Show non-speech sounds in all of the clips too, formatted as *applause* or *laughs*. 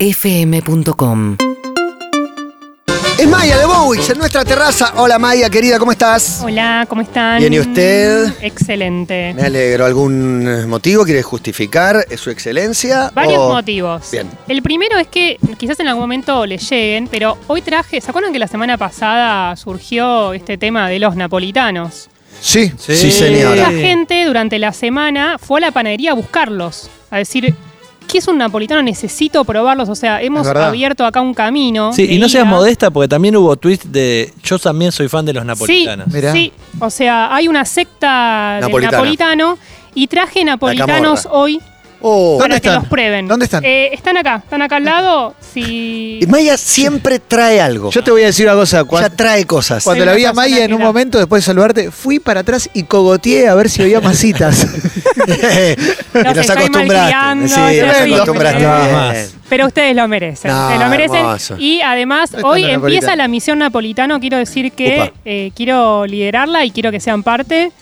UrbanaPlayFM.com Es Maya de Bowix en nuestra terraza. Hola Maya, querida, ¿cómo estás? Hola, ¿cómo están? Bien, ¿y usted? Excelente. Me alegro. ¿Algún eh, motivo? ¿Quieres justificar eh, su excelencia? Varios O- motivos. Oh, Bien. El primero es que quizás en algún momento les lleguen, pero hoy traje, ¿se acuerdan que la semana pasada surgió este tema de los napolitanos? Sí, sí, Sí. señora. La gente durante la semana fue a la panadería a buscarlos, a decir, ¿qué es un napolitano? Necesito probarlos. O sea, hemos Es verdad. abierto acá un camino. Sí, de y no seas ida. modesta porque también hubo tweets de yo también soy fan de los napolitanos. Sí, Mirá. sí. O sea, hay una secta Napolitana. del napolitano y traje napolitanos camorra. hoy Oh. para que los prueben. ¿Dónde están? Eh, están acá, están acá al lado. Si *laughs* Y Maya siempre trae algo. Yo te voy a decir una cosa. cuan- Ya Cuando, trae cosas. Soy la una vi a persona Maya en un que la- momento, después de saludarte, fui para atrás y cogoteé a ver si *laughs* había masitas. y Los nos estoy acostumbraste. malcriando, Sí, yo nos soy- acostumbraste. No, Bien. más. Pero ustedes lo merecen. No, se lo merecen. hermoso. Y además, están hoy los empieza napolitanos? la misión napolitano. Quiero decir que Upa. eh, quiero liderarla y quiero que sean parte.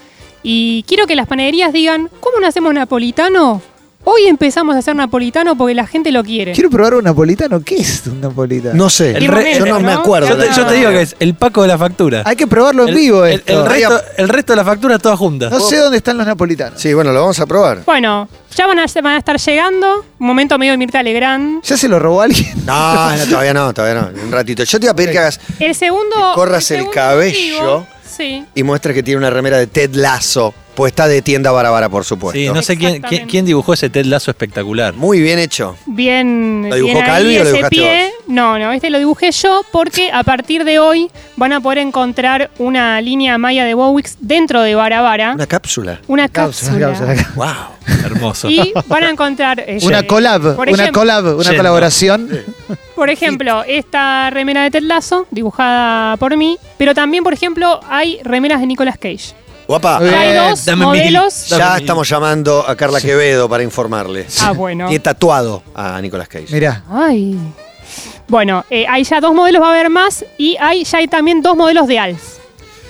Y quiero que las panaderías digan, ¿cómo no hacemos napolitano? Hoy empezamos a hacer napolitano porque la gente lo quiere. Quiero probar un napolitano. ¿Qué es un napolitano? No sé, El re- yo no me ¿no? acuerdo. Yo te, yo te digo que es el Paco de la factura. Hay que probarlo en El- vivo el, esto. el resto, el resto de la factura todas juntas. No sé dónde están los napolitanos. Sí, bueno, lo vamos a probar. Bueno, ya van a, van a estar llegando. Un momento medio de Mirta Legrand. ¿Ya se lo *laughs* robó alguien? No, no, todavía no, todavía no. Un ratito. Yo te iba a pedir que hagas El segundo. Que corras el segundo cabello. motivo- sí. y muestres que tiene una remera de Ted Lazo, puesta de tienda Barabara, por supuesto. Sí, no sé quién, quién, Exactamente. quién dibujó ese Ted *laughs* Lazo espectacular. Muy bien hecho. Bien. ¿Lo dibujó bien ahí Calvi o lo ese dibujaste pie. No, no, este lo dibujé yo porque a partir de hoy van a poder encontrar una línea maya de Bowix dentro de Barabara. Una cápsula. Una Causa, cápsula. causa, causa. Wow. Hermoso. Y van a encontrar. eh, Una eh, collab, una Por, ejem- collab, una Yendo. colaboración. por ejemplo, esta remera de Ted Lasso, dibujada por mí. Pero también, por ejemplo, hay remeras de Nicolas Cage. Guapa. Muy bien. Hay dos dame mil. modelos. Ya Dame- estamos llamando a Carla Quevedo para informarle. Ah, bueno. Tiene tatuado a Nicolas Cage. Mirá. Ay. Bueno, eh, hay ya dos modelos, va a haber más. Y hay, ya hay también dos modelos de ALF.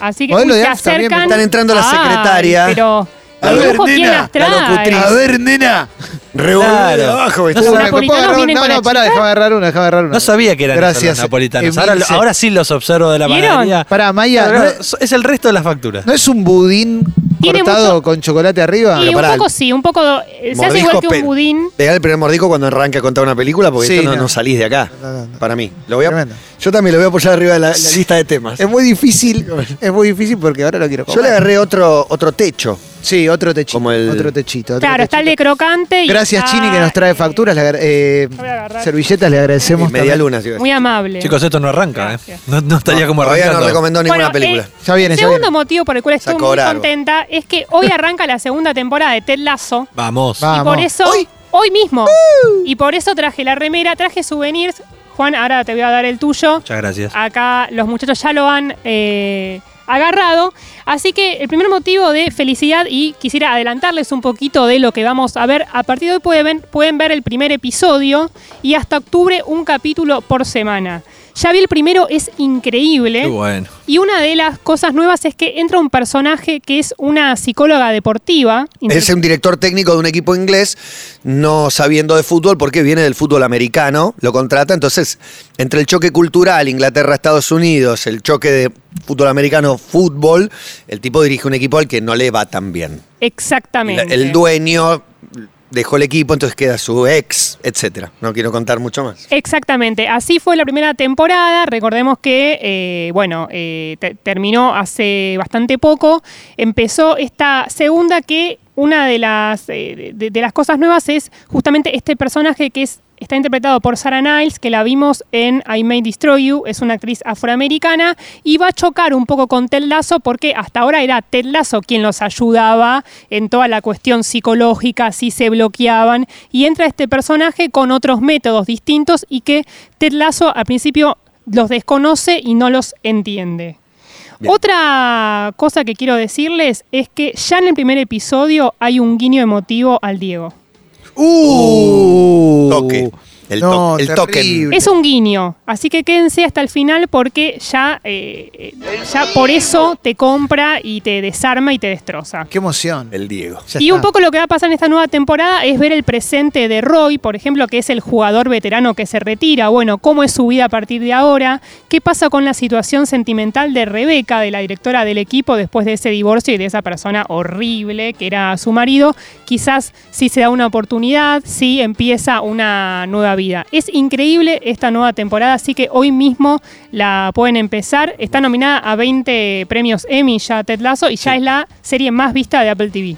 Así que Modelo uy, de se ALF también, acercan. están entrando las Ay, secretarias. Pero. A ¿el ver, dibujo quién nena, las la trae? locutriz. A ver, nena. Revolver Claro. abajo, ¿viste? No Los Una Una- copa, napolitanos agarrar- vienen no, con no, la pará, chica. déjame agarrar una, déjame agarrar una. No sabía que eran Gracias, los napolitanos. Emilce. Ahora, lo- ahora sí los observo de la ¿Vieron? panadería. Pará, Maya, Pero no- no, so- es el resto de las facturas. ¿No es un budín Tiene cortado mucho- con chocolate arriba? Y un pará, poco sí, un poco. eh, Se hace igual mordisco que un pe- budín. Pegá el primer mordico cuando arranca a contar una película porque Sí, esto no, no. no salís de acá. No, no, no. Para mí. Lo voy a- Tremendo. yo también lo voy a apoyar arriba de la, la lista de temas. Es muy *laughs* difícil, es muy difícil porque ahora lo quiero comer. Yo le agarré otro, otro techo. Sí, otro techito. Como el- Otro techito. otro Claro, está el de techito. crocante. y Gracias, está, Chini, que nos trae eh, facturas, le agra- eh, voy a agarrar. servilletas, le agradecemos. Eh, Media también. luna, si ves. Muy amable. Chicos, esto no arranca, ¿eh? Gracias. No, no estaría como Todavía no arrancando. recomendó ninguna Bueno, película. eh, Ya viene, el ya segundo viene. motor motivo por el cual estoy Sacó muy algo. contenta es que hoy arranca la segunda temporada de Ted Lasso. Vamos. Va. Y Vamos. por este- eso, hoy, mismo. Y por eso traje la remera, traje souvenirs. Juan, ahora te voy a dar el tuyo. Muchas gracias. Ah, Acá los muchachos ya lo han eh, agarrado. Así que el primer motivo de felicidad y quisiera adelantarles un poquito de lo que vamos a ver. A partir de hoy pueden, pueden ver el primer episodio y hasta octubre un capítulo por semana. Ya vi el primero, es increíble. Qué bueno. Y una de las cosas nuevas es que entra un personaje que es una psicóloga deportiva. Es un director técnico de un equipo inglés, no sabiendo de fútbol porque viene del fútbol americano, lo contrata. Entonces, entre el choque cultural, Inglaterra-Estados Unidos, el choque de fútbol americano-fútbol, el tipo dirige un equipo al que no le va tan bien. La- Exactamente. El dueño dejó el equipo, entonces queda su ex, etcétera. No quiero contar mucho más. Exactamente, así fue la primera temporada. Recordemos que, eh, bueno, eh, te- terminó hace bastante poco. Empezó esta segunda que una de las, eh, de, de las cosas nuevas es justamente este personaje que es, está interpretado por Sarah Niles, que la vimos en I May Destroy You, es una actriz afroamericana, y va a chocar un poco con Ted Lasso porque hasta ahora era Ted Lasso quien los ayudaba en toda la cuestión psicológica, si se bloqueaban, y entra este personaje con otros métodos distintos y que Ted Lasso al principio los desconoce y no los entiende. Bien. Otra cosa que quiero decirles es que ya en el primer episodio hay un guiño emotivo al Diego. Uh, Toque. El, No, to- el token. terrible. Es un guiño, así que quédense hasta el final porque ya, eh, eh, ya por eso te compra y te desarma y te destroza. Qué emoción. El Diego. Ya Y un está. poco lo que va a pasar en esta nueva temporada es ver el presente de Roy, por ejemplo, que es el jugador veterano que se retira. Bueno, cómo es su vida a partir de ahora, qué pasa con la situación sentimental de Rebeca, de la directora del equipo, después de ese divorcio y de esa persona horrible que era su marido. Quizás si se da una oportunidad, si empieza una nueva vida. Es increíble esta nueva temporada, así que hoy mismo la pueden empezar. Está nominada a 20 premios Emmy ya Ted Lasso y ya es la serie más vista de Apple TV.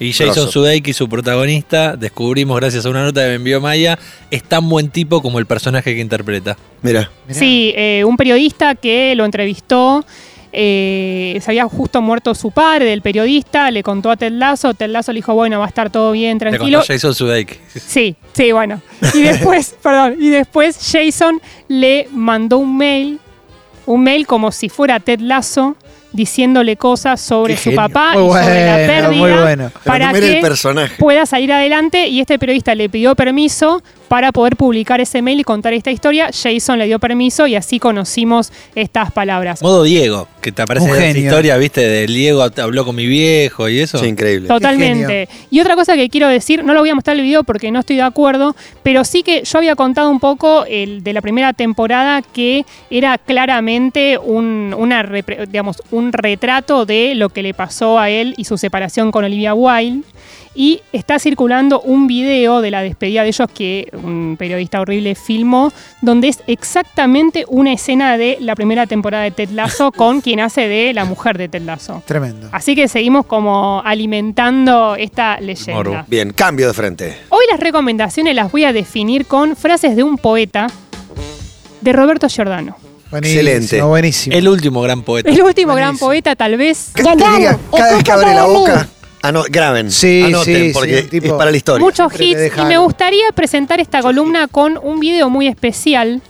Y Jason Grosso. Sudeikis, su protagonista, descubrimos gracias a una nota que me envió Maya, es tan buen tipo como el personaje que interpreta. Mira. Mirá. Sí, eh, un periodista que lo entrevistó. eh, se había justo muerto su padre, el periodista, le contó a Ted Lasso. Ted Lasso le dijo: Bueno, va a estar todo bien, Te tranquilo. contó Jason Sudeikis. Sí, sí, bueno. Y después, perdón, y después Jason le mandó un mail, un mail como si fuera Ted Lasso, diciéndole cosas sobre Qué su genio. papá Muy y sobre la bueno, pérdida. muy bueno. Pero Para no era que el personaje. pueda salir adelante y este periodista le pidió permiso para poder publicar ese mail y contar esta historia. Jason le dio permiso y así conocimos estas palabras. Modo Diego, que te aparece en Un esa genio. historia, ¿viste? Del Diego te habló con mi viejo y eso. Sí, increíble. Totalmente. Y otra cosa que quiero decir, no lo voy a mostrar el video porque no estoy de acuerdo, pero sí que yo había contado un poco el de la primera temporada que era claramente un, una repre- digamos, un retrato de lo que le pasó a él y su separación con Olivia Wilde. Y está circulando un video de la despedida de ellos que un periodista horrible filmó, donde es exactamente una escena de la primera temporada de Ted Lasso con quien hace de la mujer de Ted Lasso. Tremendo. Así que seguimos como alimentando esta Morbo. leyenda. Bien, cambio de frente. Hoy las recomendaciones las voy a definir con frases de un poeta de Roberto Giordano. Buenísimo, Excelente. Buenísimo. El último gran poeta. El último Buenísimo. gran poeta, tal vez. ¿Qué te diga cada vez que abre la boca? ano- graben, Sí, anoten, sí, porque sí, tipo- es para la historia. Muchos Siempre te hits. Y dejan. me gustaría presentar esta columna con un video muy especial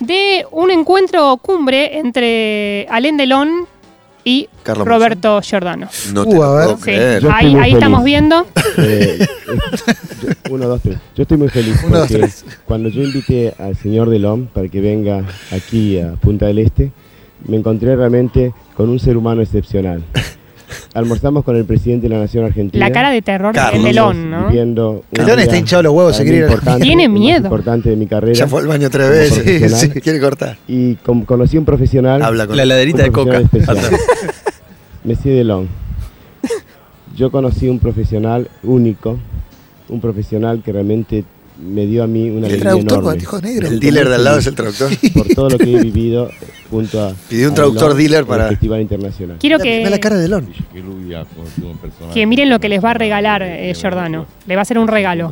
de un encuentro cumbre entre Alain Delon y Carlos Roberto Giordano. No te Uh, lo a puedo ver. Sí, creer. Yo estoy Ahí, muy ahí feliz. estamos viendo. Eh, *laughs* yo- uno, dos, tres. Yo estoy muy feliz Uno, dos, porque tres. cuando yo invité al señor Delón para que venga aquí a Punta del Este, me encontré realmente con un ser *laughs* humano excepcional. Almorzamos con el presidente de la Nación Argentina. La cara de terror de Carlos. Delon, ¿no? Viviendo una Delón está vida hinchado los huevos, se para mí quiere ir al- importante, Tiene la más miedo. importante de mi carrera. Ya fue al baño tres *laughs* Como veces. Sí, profesional. sí, quiere cortar. Y con- conocí a un profesional Habla con La heladerita de Un coca. profesional especial. Messi Delon. Yo conocí un profesional único, un profesional que realmente me dio a mí El una alegría traductor con enorme. anteojos negros. El dealer de al lado es el traductor. Por todo lo que he vivido junto a. Pidió un a traductor Delon dealer en para- El Festival Internacional. Quiero Ve la que cara de Delon. Que miren lo que les va a regalar eh, Este Giordano. Le va a hacer un regalo.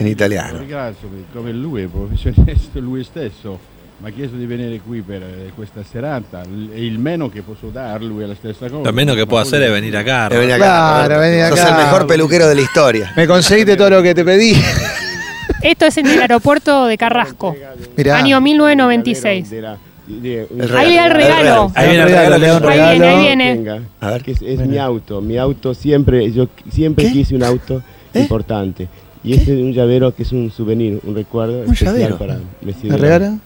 In italiano. Lo ringrazio per- come lui, è professionista *laughs* lui stesso, mi ha chiesto di venire qui per eh, questa serata L- e il meno che posso dargui è la stessa cosa. Lo menos que puedo Ma hacer poi- es venir acá. Vení acá, Claro, Roberto. vení Sos acá. el mejor peluquero de la historia. Me conseguiste todo lo que te pedí. Esto es en el aeropuerto de Carrasco, Mirá. año 1996. Ahí le da el regalo. Ahí viene el regalo, le da un Ahí viene, ahí regalo. viene. Venga, A ver. que es, es mi auto. Mi auto siempre, yo siempre ¿Qué? quise un auto ¿Eh? importante. Y este es un llavero que es un souvenir, un recuerdo ¿Un especial llavero? para Messi ¿Me Delon. regala?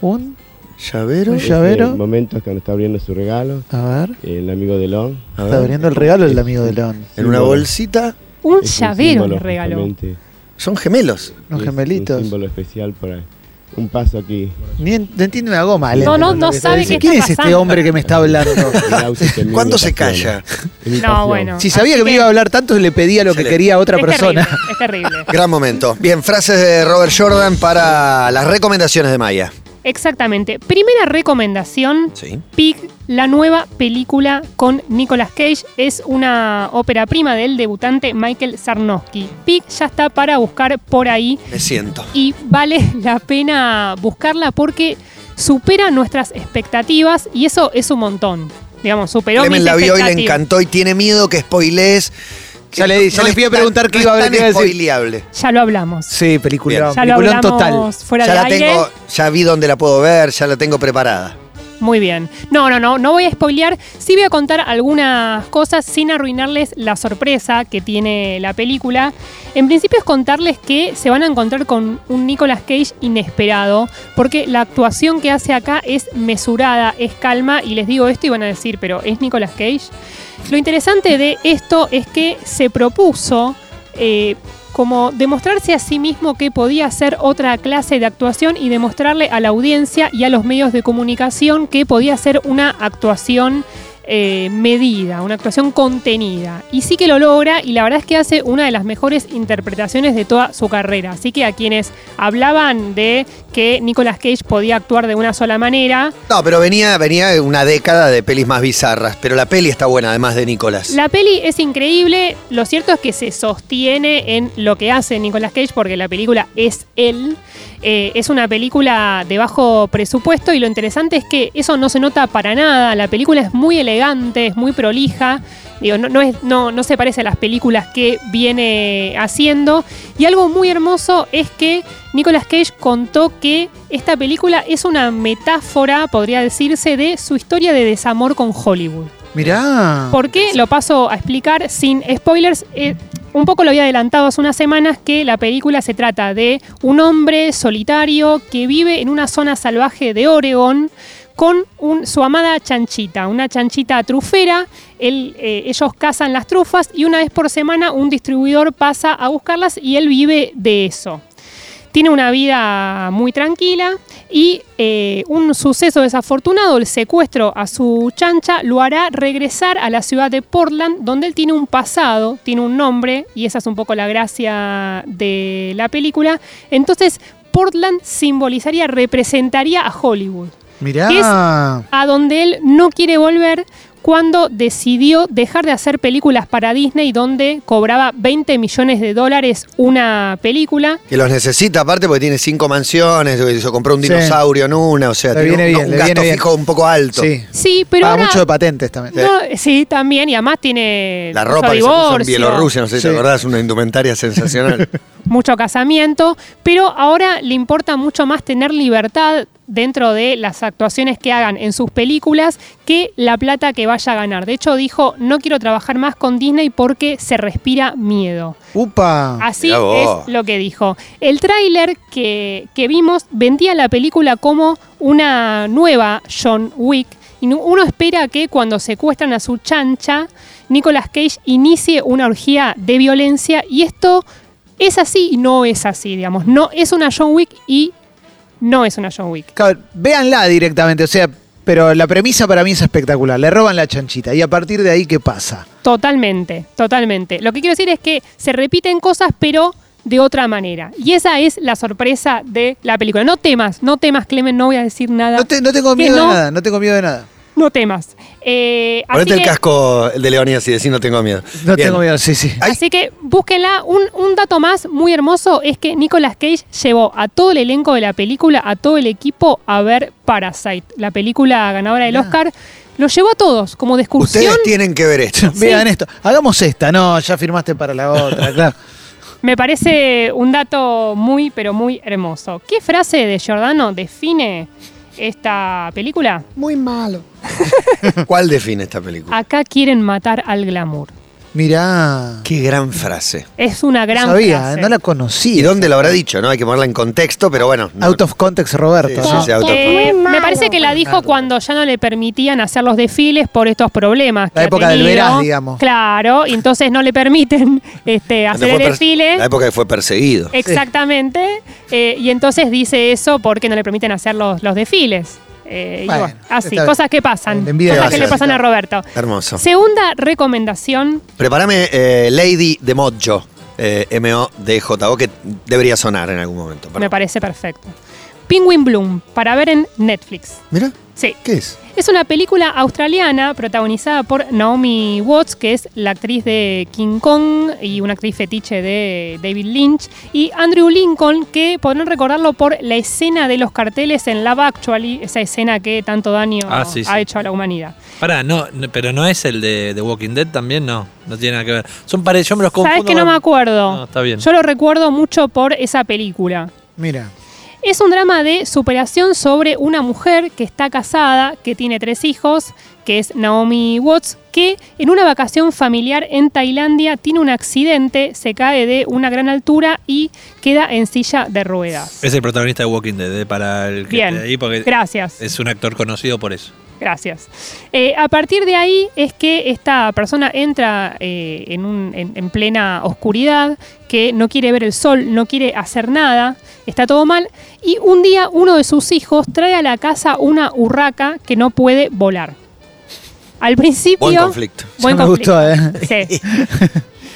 ¿Un? Llavero. ¿Un Este llavero? momento cuando está abriendo su regalo, A ver. el amigo Delon. A Está ver. abriendo el regalo el amigo de León. En una Símbolo. bolsita. Un Es llavero símbolo, le regaló. justamente. Son gemelos. Los Es Un gemelitos. símbolo especial para un paso aquí. Ni en- no entiende una goma. Ale. No, no, no Dice, sabe qué ¿Quién está es este pasando?" hombre que me está hablando? *laughs* El auto que a mí me ¿Cuándo se apasiona. calla? Es mi No, pasión. bueno. Si sabía que me iba a hablar tanto, le pedía lo que Excelente. quería a otra es persona. Terrible, es terrible. *laughs* Gran momento. Bien, frases de Robert Jordan para las recomendaciones de Maya. Exactamente. Primera recomendación. Sí. Pig, la nueva película con Nicolas Cage, es una ópera prima del debutante Michael Sarnowski. Pig ya está para buscar por ahí Me siento. y vale *laughs* la pena buscarla porque supera nuestras expectativas y eso es un montón. Digamos, superó Clemen mis la vio y le expectativas. encantó y tiene miedo que spoilees. Que Ya le- ya le es fui a tan- preguntar qué no iba a es ver, tan qué iba a decir. spoileable. Ya lo hablamos. Sí, película. Bien. Ya lo Peliculón hablamos total. fuera ya de la aire. tengo, ya vi dónde la puedo ver, ya la tengo preparada. Muy bien. No, no, no, no voy a spoilear. Sí voy a contar algunas cosas sin arruinarles la sorpresa que tiene la película. En principio es contarles que se van a encontrar con un Nicolas Cage inesperado, porque la actuación que hace acá es mesurada, es calma, y les digo esto y van a decir, pero ¿es Nicolas Cage? Lo interesante de esto es que se propuso eh, como demostrarse a sí mismo que podía hacer otra clase de actuación y demostrarle a la audiencia y a los medios de comunicación que podía hacer una actuación eh, medida, una actuación contenida. Y sí que lo logra y la verdad es que hace una de las mejores interpretaciones de toda su carrera. Así que a quienes hablaban de que Nicolas Cage podía actuar de una sola manera, No, pero venía, venía una década de pelis más bizarras, pero la peli está buena, además de Nicolás. La peli es increíble. Lo cierto es que se sostiene en lo que hace Nicolas Cage porque la película es él. Eh, es una película de bajo presupuesto y lo interesante es que eso no se nota para nada. La película es muy elegante, es muy prolija. Digo, no, no es, no, no se parece a las películas que viene haciendo. Y algo muy hermoso es que Nicolas Cage contó que esta película es una metáfora, podría decirse, de su historia de desamor con Hollywood. Mirá. ¿Por qué? Lo paso a explicar sin spoilers. Eh, un poco lo había adelantado hace unas semanas que la película se trata de un hombre solitario que vive en una zona salvaje de Oregón con un- su amada chanchita, una chanchita trufera. Él, eh, ellos cazan las trufas y una vez por semana un distribuidor pasa a buscarlas y él vive de eso tiene una vida muy tranquila y eh, un suceso desafortunado, el secuestro a su chancha, lo hará regresar a la ciudad de Portland, donde él tiene un pasado, tiene un nombre, y esa es un poco la gracia de la película. Entonces, Portland simbolizaría, representaría a Hollywood ¿Qué es? Mirá. a donde él no quiere volver cuando decidió dejar de hacer películas para Disney, donde cobraba 20 millones de dólares una película. Que los necesita, aparte, porque tiene cinco mansiones, o- se compró un Sí. dinosaurio en una, o sea, Le tiene viene un, bien, un le gasto viene bien. fijo un poco alto. Sí. Sí, pero Paga ahora- Ah, mucho de patentes también. No, sí, también, y además tiene Este- La mucho ropa que se puso en divorcio, Bielorrusia, no sé si te Sí. acordás, una indumentaria *laughs* sensacional. mucho casamiento, pero ahora le importa mucho más tener libertad dentro de las actuaciones que hagan en sus películas que la plata que vaya a ganar. De hecho, dijo, no quiero trabajar más con Disney porque se respira miedo. Upa. Así Mirá es vos. lo que dijo. El tráiler que, que vimos vendía la película como una nueva John Wick. Y nu- uno espera que cuando secuestran a su chancha, Nicolas Cage inicie una orgía de violencia. Y esto es así y no es así, digamos. No es una John Wick y no es una John Wick. Claro, véanla directamente, o sea, pero la premisa para mí es espectacular. Le roban la chanchita y a partir de ahí, ¿qué pasa? Totalmente, totalmente. Lo que quiero decir es que se repiten cosas, pero de otra manera. Y esa es la sorpresa de la película. No temas, no temas, Clemen, no voy a decir nada. No, te- no tengo Que miedo no, de nada, no tengo miedo de nada. No temas. Eh, así, Ponete el que, casco el de Leonidas y decí, no tengo miedo. No Bien. Ah, tengo miedo, sí, sí. *laughs* Ay. así que búsquenla. Un, un dato más muy hermoso es que Nicolas Cage llevó a todo el elenco de la película, a todo el equipo, a ver Parasite, la película ganadora del Oscar. Lo llevó a todos como de excursión. Ustedes tienen que ver esto. Vean esto. Hagamos esta, no, ya firmaste para la *laughs* otra, claro. Me parece un dato muy, pero muy hermoso. ¿Qué frase de Giordano define esta película? ¿Cuál define esta película? Acá quieren matar al glamour. Mirá. Ah. Qué gran frase. Es una gran no sabía, frase. no la ¿Y conocía. dónde la habrá dicho? No hay que ponerla en contexto, pero bueno. no- Out of context, Roberto. Sí, ¿no? sí, sí, out of- Eh, me parece que la dijo cuando ya no le permitían hacer los desfiles por estos problemas. que La ha época del tenido. Verás, digamos. Claro, y entonces no le permiten *laughs* este, cuando hacer el fue perse- desfile. Eh. La época que fue perseguido. Exactamente. Eh, y entonces dice eso porque no le permiten hacer los, los desfiles. Eh, y Bueno, bueno, así, está bien. cosas que pasan. Le envidia Cosas la que le vida. pasan a Roberto. Hermoso. Segunda recomendación. Prepárame eh, Lady de Mojo, eh, M-O-D-J-O, que debería sonar en algún momento. Me parece perfecto. Penguin Bloom, para ver en Netflix. Mira, Sí. ¿qué es? Es una película australiana protagonizada por Naomi Watts, que es la actriz de King Kong y una actriz fetiche de David Lynch, y Andrew Lincoln, que podrán recordarlo por la escena de los carteles en Love Actually, esa escena que tanto daño Ah, sí, ha sí. hecho a la humanidad. Pará, no, no, pero no es el de, de Walking Dead también, no. No tiene nada que ver. Son paredes, yo me los confundo. Sabes que no con- me acuerdo. No, está bien. Yo lo recuerdo mucho por esa película. Mira. Es un drama de superación sobre una mujer que está casada, que tiene tres hijos, que es Naomi Watts, que en una vacación familiar en Tailandia tiene un accidente, se cae de una gran altura y queda en silla de ruedas. Es el protagonista de Walking Dead, eh, para el que Bien, esté ahí, porque gracias. es un actor conocido por eso. Gracias. Eh, a partir de ahí es que esta persona entra eh, en, un- en- en plena oscuridad, que no quiere ver el sol, no quiere hacer nada, está todo mal, y un día uno de sus hijos trae a la casa una urraca que no puede volar. Al principio... Buen conflicto. Buen Ya me conflicto. gustó, ¿eh? *laughs* Sí. *laughs*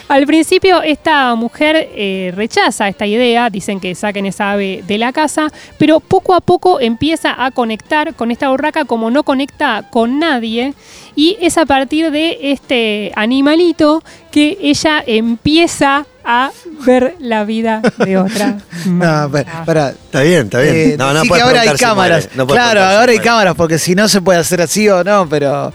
Al principio esta mujer eh, rechaza esta idea, dicen que saquen esa ave de la casa, pero poco a poco empieza a conectar con esta borraca como no conecta con nadie y es a partir de este animalito que ella empieza a ver la vida de otra. No, Ah. pa- pará. Está bien, está bien. Eh, no, no sí que puedes ahora hay preguntar si cámaras. muere, no puedes claro, preguntar si ahora hay muere. cámaras, porque si no se puede hacer así o no, pero.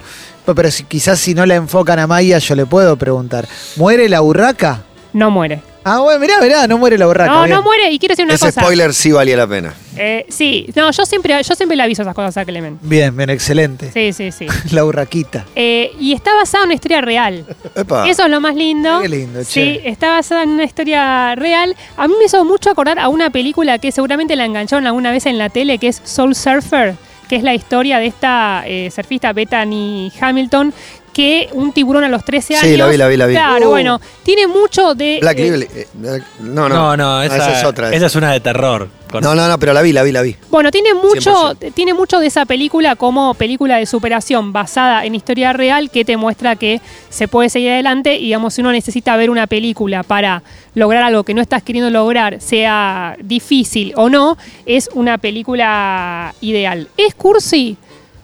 Pero si, quizás si no la enfocan a Maya, yo le puedo preguntar. ¿Muere la burraca? No muere. Ah, bueno, mirá, mirá, no muere la burraca. No, bien. no muere. Y quiero decir una Ese cosa. spoiler sí valía la pena. Eh, sí, no, yo siempre, yo siempre le aviso esas cosas a Clement. Bien, bien, excelente. Sí, sí, sí. La burraquita. Eh, y está basado en una historia real. Epa. Eso es lo más lindo. Qué lindo, che. Sí, está basada en una historia real. A mí me hizo mucho acordar a una película que seguramente la engancharon alguna vez en la tele, que es Soul Surfer, que es la historia de esta eh, surfista Bethany Hamilton, que un tiburón a los 13 años. Sí, la vi, la vi, la vi. Claro, Uh. bueno, tiene mucho de. Black eh, Lively, eh, Black- No, no. No, no, esa, es otra. Esa es una de terror. Con- No, no, no, pero la vi, la vi, la vi. Bueno, tiene mucho, 100%. tiene mucho de esa película como película de superación basada en historia real que te muestra que se puede seguir adelante y, digamos, si uno necesita ver una película para lograr algo que no estás queriendo lograr, sea difícil o no, es una película ideal. ¿Es cursi?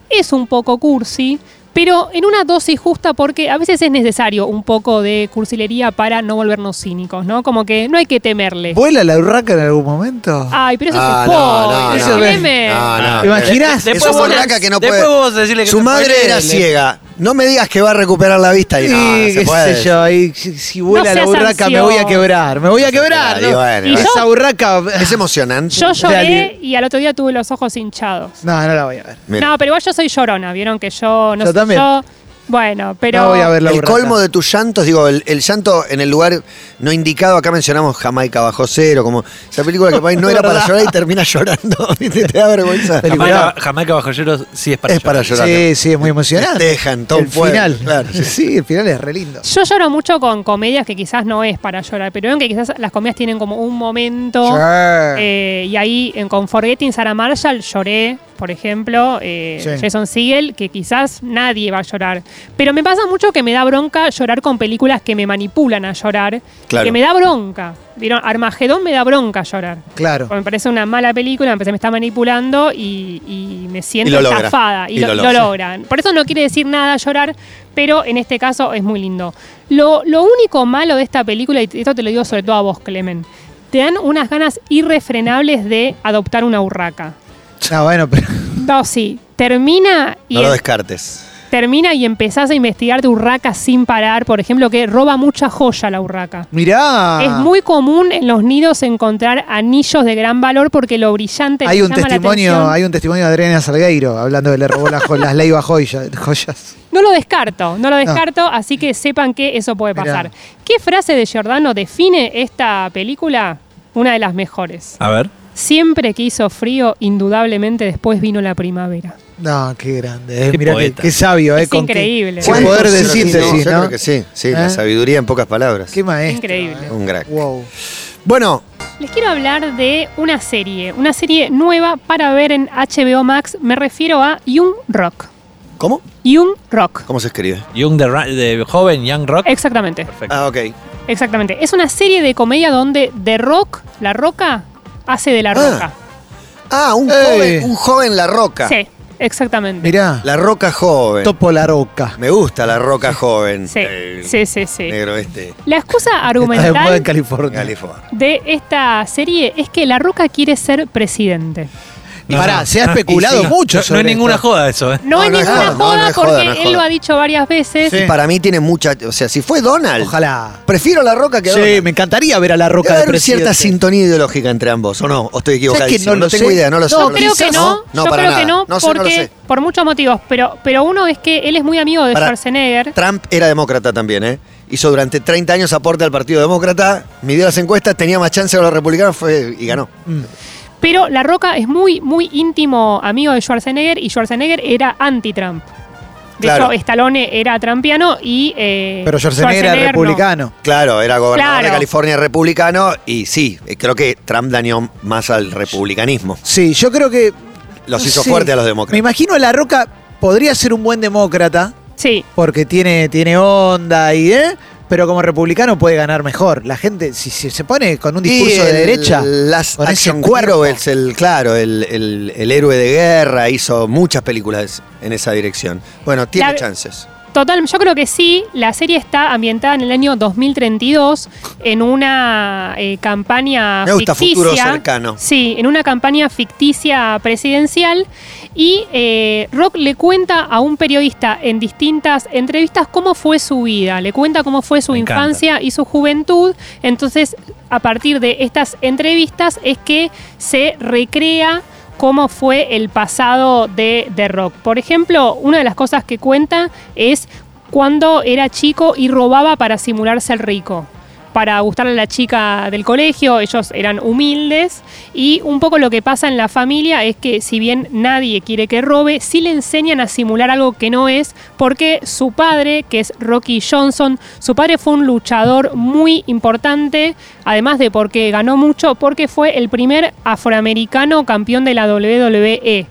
Es un poco cursi. Pero en una dosis justa porque a veces es necesario un poco de cursilería para no volvernos cínicos, ¿no? Como que no hay que temerle. ¿Vuela la burraca en algún momento? Ay, pero eso Ah, es Ah, no, no, spoiler, Eso es- Clemen. No, Eh, no. ¿Te imaginas? Es una vos- urraca que no después puede- vos decirle que Su no madre puede era leer. ciega. No me digas que va a recuperar la vista. Y, Sí, no, no se qué puede. sé yo, ahí, si, si vuela la seas burraca me voy a ansioso. quebrar, me voy a quebrar. Y ¿no? bueno, Y Esa yo- *laughs* burraca. Es emocionante. Yo Dale. lloré y al otro día tuve los ojos hinchados. No, no la voy a ver. Mira, No, pero igual yo soy llorona, vieron que yo no Yo sé, también. bueno, pero no voy a ver la el burraca. colmo de tus llantos, digo, el, el llanto en el lugar no indicado, acá mencionamos Jamaica bajo cero, como esa película que por ahí *laughs* no era para llorar y termina llorando, *laughs* ¿viste? Te da vergüenza. Peliculón. Jamaica, Jamaica Bajo Hielos sí es para Es para llorar. Sí, sí, es muy emocionante. Dejan, Tom el Fuego, final. claro, sí. *laughs* sí, el final es re lindo. yo lloro mucho con comedias que quizás no es para llorar, pero vieron que quizás las comedias tienen como un momento Sure. eh, y ahí en con Forgetting Sarah Marshall lloré, por ejemplo, eh, Sí. Jason Segel, que quizás nadie va a llorar. Pero me pasa mucho que me da bronca llorar con películas que me manipulan a llorar, Claro. que me da bronca. Vieron, Armagedón me da bronca llorar. claro. Porque me parece una mala película, me parece que me está manipulando y, y me siento Y lo logra. estafada. Y, Y lo, lo y lo logra. logran. Por eso no quiere decir nada llorar, pero en este caso es muy lindo. Lo, lo único malo de esta película, y esto te lo digo sobre todo a vos, Clemen, te dan unas ganas irrefrenables de adoptar una urraca. No, bueno, pero. *laughs* No, sí. Termina y, No em- lo descartes. termina y empezás a investigar de urracas sin parar. Por ejemplo, que roba mucha joya la urraca. Mirá. Es muy común en los nidos encontrar anillos de gran valor porque lo brillante Hay que un llama la testimonio, atención. hay un testimonio de Adriana Salgueiro hablando de le robó las, jo- las Leiva joya- joyas. No lo descarto, no lo descarto, así que sepan que eso puede Mirá. pasar. ¿Qué frase de Giordano define esta película? Una de las mejores. A ver. Siempre que hizo frío, indudablemente después vino la primavera. No, qué grande. eh, Qué Mirá qué, poeta. qué sabio, eh. Es con qué- increíble. Qué, ¿Cuántos poder de Yo creo que sí, síntesis, Yo ¿no? creo que sí, sí, la ¿Eh? sabiduría en pocas palabras. Qué maestro. Increíble. eh. Un crack. Wow. Bueno, Les quiero hablar de una serie, una serie nueva para ver en HBO Max. Me refiero a Young Rock. ¿cómo? Young Rock. ¿Cómo se escribe? Young de, Ra- de joven Young Rock. Exactamente. Perfecto. Ah, ok. Exactamente. Es una serie de comedia donde The Rock, La Roca, hace de La Roca. Ah, un, Ey. joven, un joven La Roca. Sí, exactamente. Mirá. La Roca joven. Topo la roca. Me gusta La Roca joven. Sí, El sí, sí, sí. Negro este. La excusa Está de moda en argumental California. California. de esta serie es que La Roca quiere ser presidente. No, Pará, no. se ha Ah, *laughs* especulado Y sí. mucho No- No, sobre hay ninguna esto. joda eso, ¿eh? No, No, hay no es ninguna joda, no, joda no es porque joda, no es él lo joda. ha dicho varias veces. Sí. Para mí tiene mucha. O sea, si fue Donald. Ojalá. Prefiero la roca que Sí, Donald. me encantaría ver a la Debe roca de haber cierta presidente. sintonía ideológica entre ambos, ¿o no? ¿O estoy equivocado? ¿Sabes que no no, lo tengo sé? idea, no lo sé. No, lo sé. creo que no, yo para creo nada. que no, No sé, no porque lo sé. por muchos motivos, pero, pero uno es que él es muy amigo de Para- Schwarzenegger. Trump era demócrata también, ¿eh? Hizo durante 30 años aporte al Partido Demócrata, midió las encuestas, tenía más chance con los republicanos fue, y ganó. Pero La Roca es muy, muy íntimo amigo de Schwarzenegger y Schwarzenegger era anti-Trump. De Claro. hecho, Stallone era trampiano y. eh, Pero Schwarzenegger era no. republicano. Claro, era gobernador de Claro. California republicano y sí, eh, creo que Trump dañó más al republicanismo. Sí, yo creo que. Los hizo Sí. fuerte a los Me demócratas. imagino a la roca podría ser un buen demócrata. Sí. porque tiene, tiene onda y ¿eh? pero como republicano puede ganar mejor. La gente, si, si se pone con un discurso Y de el- derecha, las con ese action cuerpo. heroes, el, claro, el, el- el héroe de guerra, hizo muchas películas en esa dirección. Bueno, tiene La- chances. Total, yo creo que sí. La serie está ambientada en el año 2032 en una eh, campaña Me gusta, ficticia. futuro cercano. Sí, en una campaña ficticia presidencial. Y eh, Rock le cuenta a un periodista en distintas entrevistas cómo fue su vida. Le cuenta cómo fue su Me encanta. infancia y su juventud. Entonces, a partir de estas entrevistas es que se recrea cómo fue el pasado de, de Rock. Por ejemplo, una de las cosas que cuenta es cuando era chico y robaba para simularse el rico. Para gustarle a la chica del colegio, ellos eran humildes y un poco lo que pasa en la familia es que si bien nadie quiere que robe, sí le enseñan a simular algo que no es porque su padre, que es Rocky Johnson, su padre fue un luchador muy importante, además de porque ganó mucho, porque fue el primer afroamericano campeón de la WWE.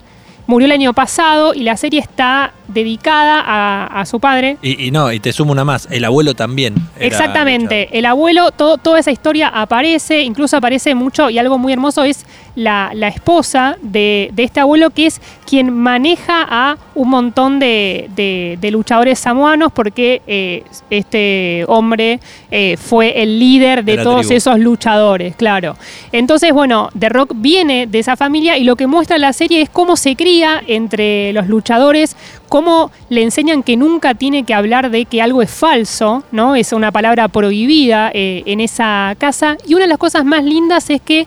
Murió el año pasado y la serie está dedicada a- a su padre, Y, y no, y te sumo una más. El abuelo también. era Exactamente, el abuelo, todo- toda esa historia aparece, incluso aparece mucho y algo muy hermoso es la, la esposa de, de este abuelo que es quien maneja a un montón de, de- de luchadores samoanos porque eh, este hombre eh, fue el líder de, De la todos tribu. esos luchadores, claro. Entonces, bueno, The Rock viene de esa familia y lo que muestra la serie es cómo se cría entre los luchadores, cómo le enseñan que nunca tiene que hablar de que algo es falso, ¿no? Es una palabra prohibida eh, en esa casa. Y una de las cosas más lindas es que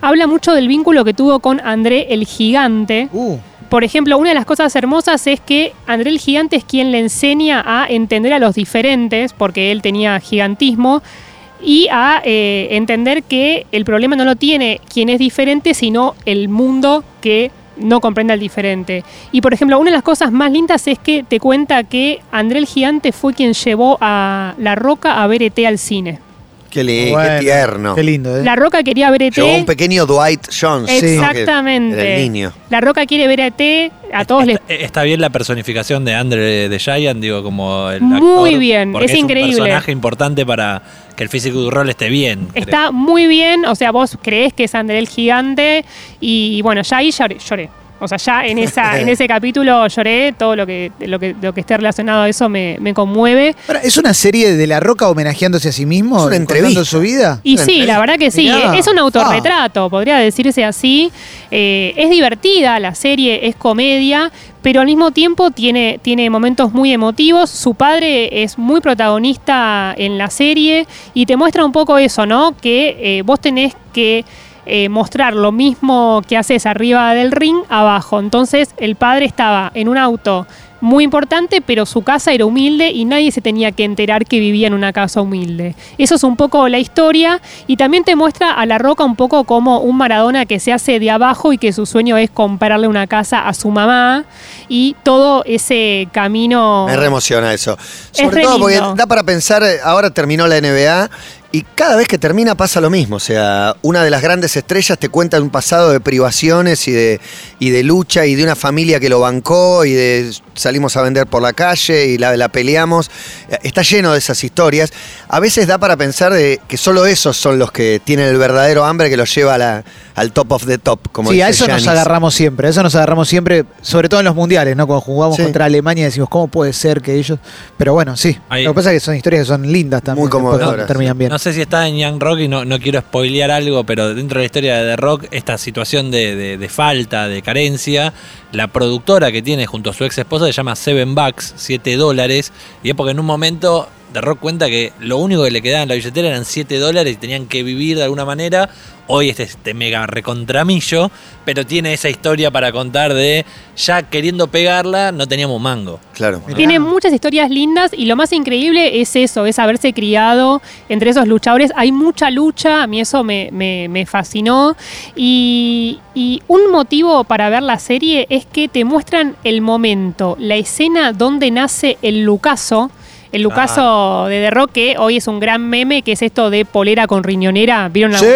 habla mucho del vínculo que tuvo con André el Gigante. uh, Por ejemplo, una de las cosas hermosas es que André el Gigante es quien le enseña a entender a los diferentes, porque él tenía gigantismo, y a eh, entender que el problema no lo tiene quien es diferente, sino el mundo que no comprende al diferente. Y por ejemplo, una de las cosas más lindas es que te cuenta que André el Gigante fue quien llevó a La Roca a ver ET al cine. Qué, li- qué bueno, tierno. Qué lindo, ¿eh? La Roca quería ver ET. Llegó un pequeño Dwight Johnson. Sí. ¿no? que Exactamente. Era el niño. La Roca quiere ver a ET, a todos les Está, eh, está bien la personificación de Andre de Giant, digo, como el Muy actor, bien, porque es increíble. un personaje importante para que el físico de rol esté bien. creo. Está muy bien, o sea, vos creés que es André el gigante y, bueno, ya ahí lloré. lloré. O sea, ya en, esa, en ese capítulo lloré, todo lo que, lo que, lo que esté relacionado a eso me, me conmueve. Ahora, ¿Es una serie de la roca homenajeándose a sí mismo? Es una contando entrevista. su vida? Y Una sí, la verdad que sí, Mirá. eh, es un autorretrato, podría decirse así. Eh, es divertida la serie, es comedia, pero al mismo tiempo tiene, tiene momentos muy emotivos. Su padre es muy protagonista en la serie y te muestra un poco eso, ¿no? Que eh, vos tenés que eh, mostrar lo mismo que haces arriba del ring, abajo. Entonces el padre estaba en un auto. Muy importante, pero su casa era humilde y nadie se tenía que enterar que vivía en una casa humilde. Eso es un poco la historia y también te muestra a La Roca un poco como un Maradona que se hace de abajo y que su sueño es comprarle una casa a su mamá y todo ese Oh. camino. Me re emociona eso. Es Sobre re todo porque lindo. da para pensar, eh, ahora terminó la NBA y cada vez que termina pasa lo mismo. O sea, una de las grandes estrellas te cuenta un pasado de privaciones y de, y de lucha y de una familia que lo bancó y de salimos a vender por la calle y la, la peleamos. Eh, Está lleno de esas historias. A veces da para pensar de que solo esos son los que tienen el verdadero hambre que los lleva a la- al top of the top. Como sí, a dice eso Giannis. nos agarramos siempre, a eso nos agarramos siempre, sobre todo en los mundiales, ¿no? Cuando jugamos Sí. contra Alemania decimos, ¿cómo puede ser que ellos...? Pero bueno, sí. Ahí. Lo que pasa es que son historias que son lindas también. Muy después conmovedoras. terminan bien. No sé si está en Young Rock y no, no quiero spoilear algo, pero dentro de la historia de The Rock, esta situación de, de- de falta, de carencia, la productora que tiene junto a su ex esposa se llama Seven Bucks, 7 dólares, y es porque en un momento The Rock cuenta que lo único que le quedaba en la billetera eran 7 dólares y tenían que vivir de alguna manera. Hoy es este mega recontramillo, pero tiene esa historia para contar de ya queriendo pegarla, no teníamos mango. Claro. Tiene muchas historias lindas y lo más increíble es eso, es haberse criado entre esos luchadores. Hay mucha lucha, a mí eso me, me- me fascinó. Y, y un motivo para ver la serie es que te muestran el momento, la escena donde nace el Lucaso. El Lucaso de The Rock, que hoy es un gran meme, que es esto de polera con riñonera. ¿Vieron la Sí,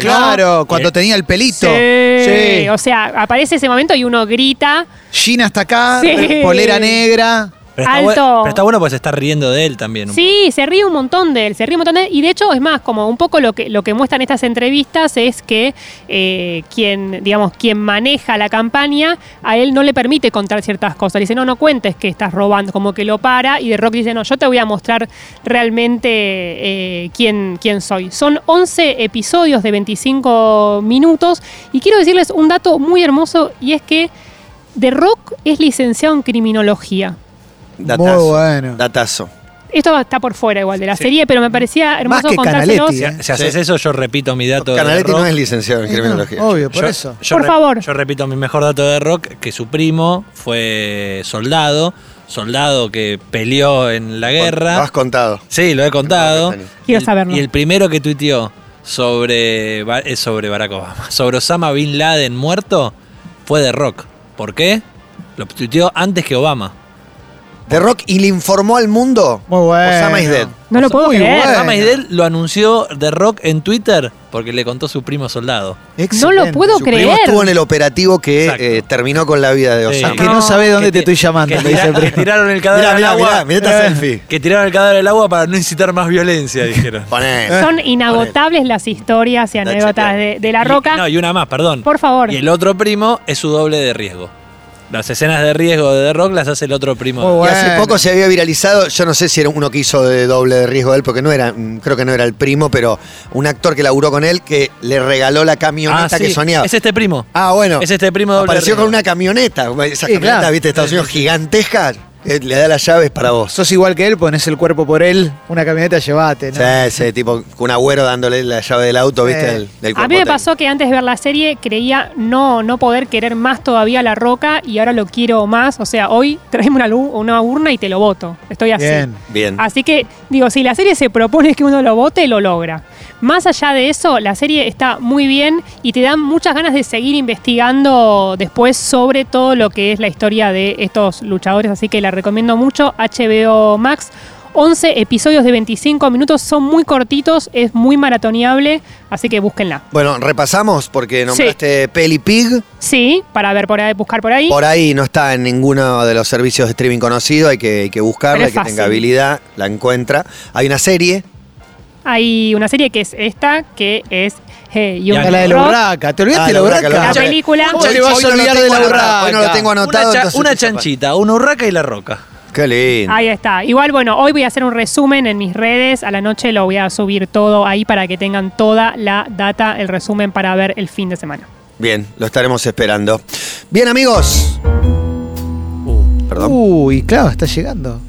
claro, cuando Eh. tenía el pelito. Sí. Sí. O sea, aparece ese momento y uno grita. Gina hasta acá, Sí. polera negra. Pero está, Alto. bueno- pero está bueno porque se está riendo de él también. un Sí, se ríe un montón de él, se ríe un montón de él. Y de hecho, es más, como un poco lo que, lo que muestran estas entrevistas es que eh, quien, digamos, quien maneja la campaña, a él no le permite contar ciertas cosas. Le dice, no, no cuentes que estás robando, como que lo para. Y The Rock dice, no, yo te voy a mostrar realmente eh, quién, quién soy. Son 11 episodios de 25 minutos. Y quiero decirles un dato muy hermoso y es que The Rock es licenciado en criminología. Datazo. Muy bueno. Datazo. Esto está por fuera igual de la Sí. serie, pero me parecía hermoso que contárselos. Canaletti, ¿eh? Si haces Sí. eso, yo repito mi dato de Canaletti rock. no es licenciado en Eh, no, criminología. obvio, por Yo- eso. yo Por re- favor. Yo repito mi mejor dato de rock, que su primo fue soldado, soldado que peleó en la Lo guerra. has contado. Sí, lo he contado. Quiero Y el- saberlo. Y el primero que tuiteó sobre, Ba- eh, sobre Barack Obama, *laughs* sobre Osama Bin Laden muerto, fue de rock. ¿Por qué? Lo tuiteó antes que Obama. The Rock y le informó al mundo. Muy bueno. Osama is dead. No lo Muy puedo creer. bueno. Obama y él lo anunció de rock en Twitter porque le contó su primo soldado. No lo Excelente. puedo Su primo creer. estuvo en el operativo que Exacto. eh, terminó con la vida de Sí. Ah, Osama. que no, No, sabe dónde que ti- te, estoy llamando. Que, me dice tira- el que primo. tiraron el cadáver Mira, al mira, mira, agua. mira *laughs* esta selfie. Que tiraron el cadáver al agua para no incitar más *laughs* violencia, dijeron. Poné. Son inagotables las historias y Está anécdotas chequeado. de, de La Y- Roca. no, y una más, perdón. Por favor. Y el otro primo es su doble de riesgo. Las escenas de riesgo de The Rock las hace el otro primo. Muy Y bueno. hace poco se había viralizado, yo no sé si era uno que hizo de doble de riesgo de él, porque no era, mm, creo que no era el primo, pero un actor que laburó con él que le regaló la camioneta Ah, sí, que soñaba. Es este primo. Ah, bueno. Es este primo doble Apareció riesgo. con una camioneta, esas Sí, camionetas, claro. viste, de Estados Unidos gigantescas, eh, le da las llaves para vos. Sos igual que él, ponés el cuerpo por él, una camioneta llevate. ¿no? Sí, sí, tipo un agüero dándole la llave del auto, viste, Eh. del, del A cuerpo mí me técnico. pasó que antes de ver la serie creía no, no poder querer más todavía a La Roca y ahora lo quiero más. O sea, hoy traeme una, lu- una urna y te lo voto. Estoy así. Bien. Bien. Así que, digo, si la serie se propone que uno lo vote, lo logra. Más allá de eso, la serie está muy bien y te dan muchas ganas de seguir investigando después sobre todo lo que es la historia de estos luchadores. Así que la recomiendo mucho. HBO Max. 11 episodios de 25 minutos, son muy cortitos, es muy maratoneable, así que búsquenla. Bueno, repasamos porque nombraste Peli Pig. Sí, para ver por ahí, buscar por ahí. Por ahí no está en ninguno de los servicios de streaming conocido, hay que, hay que buscarla, Pero hay es que tenga fácil. habilidad, la encuentra. Hay una serie, Hay una serie que es esta, que es Hey, Ya, La de la Rock. burraca. ¿Te olvidaste Ah, de la la burraca, burraca? la La película. ¿Cómo te vas a Hoy no lo olvidar de tengo la anotado, burraca? hoy no lo tengo Una anotado, cha- entonces una te llaman. chanchita, una urraca y la roca. Qué lindo. Ahí está. Igual, bueno, hoy voy a hacer un resumen en mis redes. A la noche lo voy a subir todo ahí para que tengan toda la data, el resumen para ver el fin de semana. Bien, lo estaremos esperando. Bien, amigos. Perdón. Uy, claro, está llegando.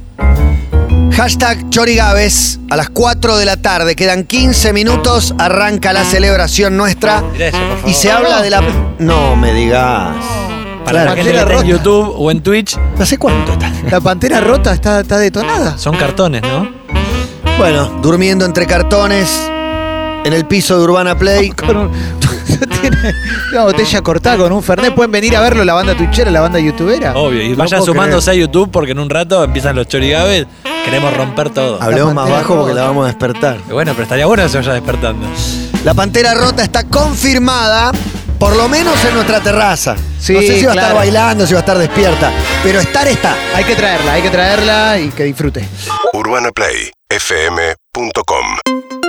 Hashtag Chorigaves. A las 4 de la tarde, quedan 15 minutos, arranca la celebración nuestra. Mirá eso, por favor. Y se habla de la. No me digas. Para la Claro. gente que está en Pantera YouTube o en Twitch, ¿Hace cuánto está? La pantera rota está, está detonada. son cartones, ¿no? Bueno, durmiendo entre cartones, en el piso de Urbana Play. Con un- *laughs* tiene una botella cortada con un fernet. Pueden venir a verlo la banda tuchera, la banda youtubera. Obvio. Y vayan puedo sumándose a YouTube porque en un rato empiezan los chorigaves. Queremos romper todo. Hablemos más pantera bajo porque rota. la vamos a despertar. Y Bueno, pero estaría bueno que se vaya despertando. La pantera rota está confirmada, por lo menos en nuestra terraza. Sí, no sé si va a estar claro. bailando, si va a estar despierta, pero estar está. Hay que traerla, hay que traerla y que disfrute. UrbanaPlayFM.com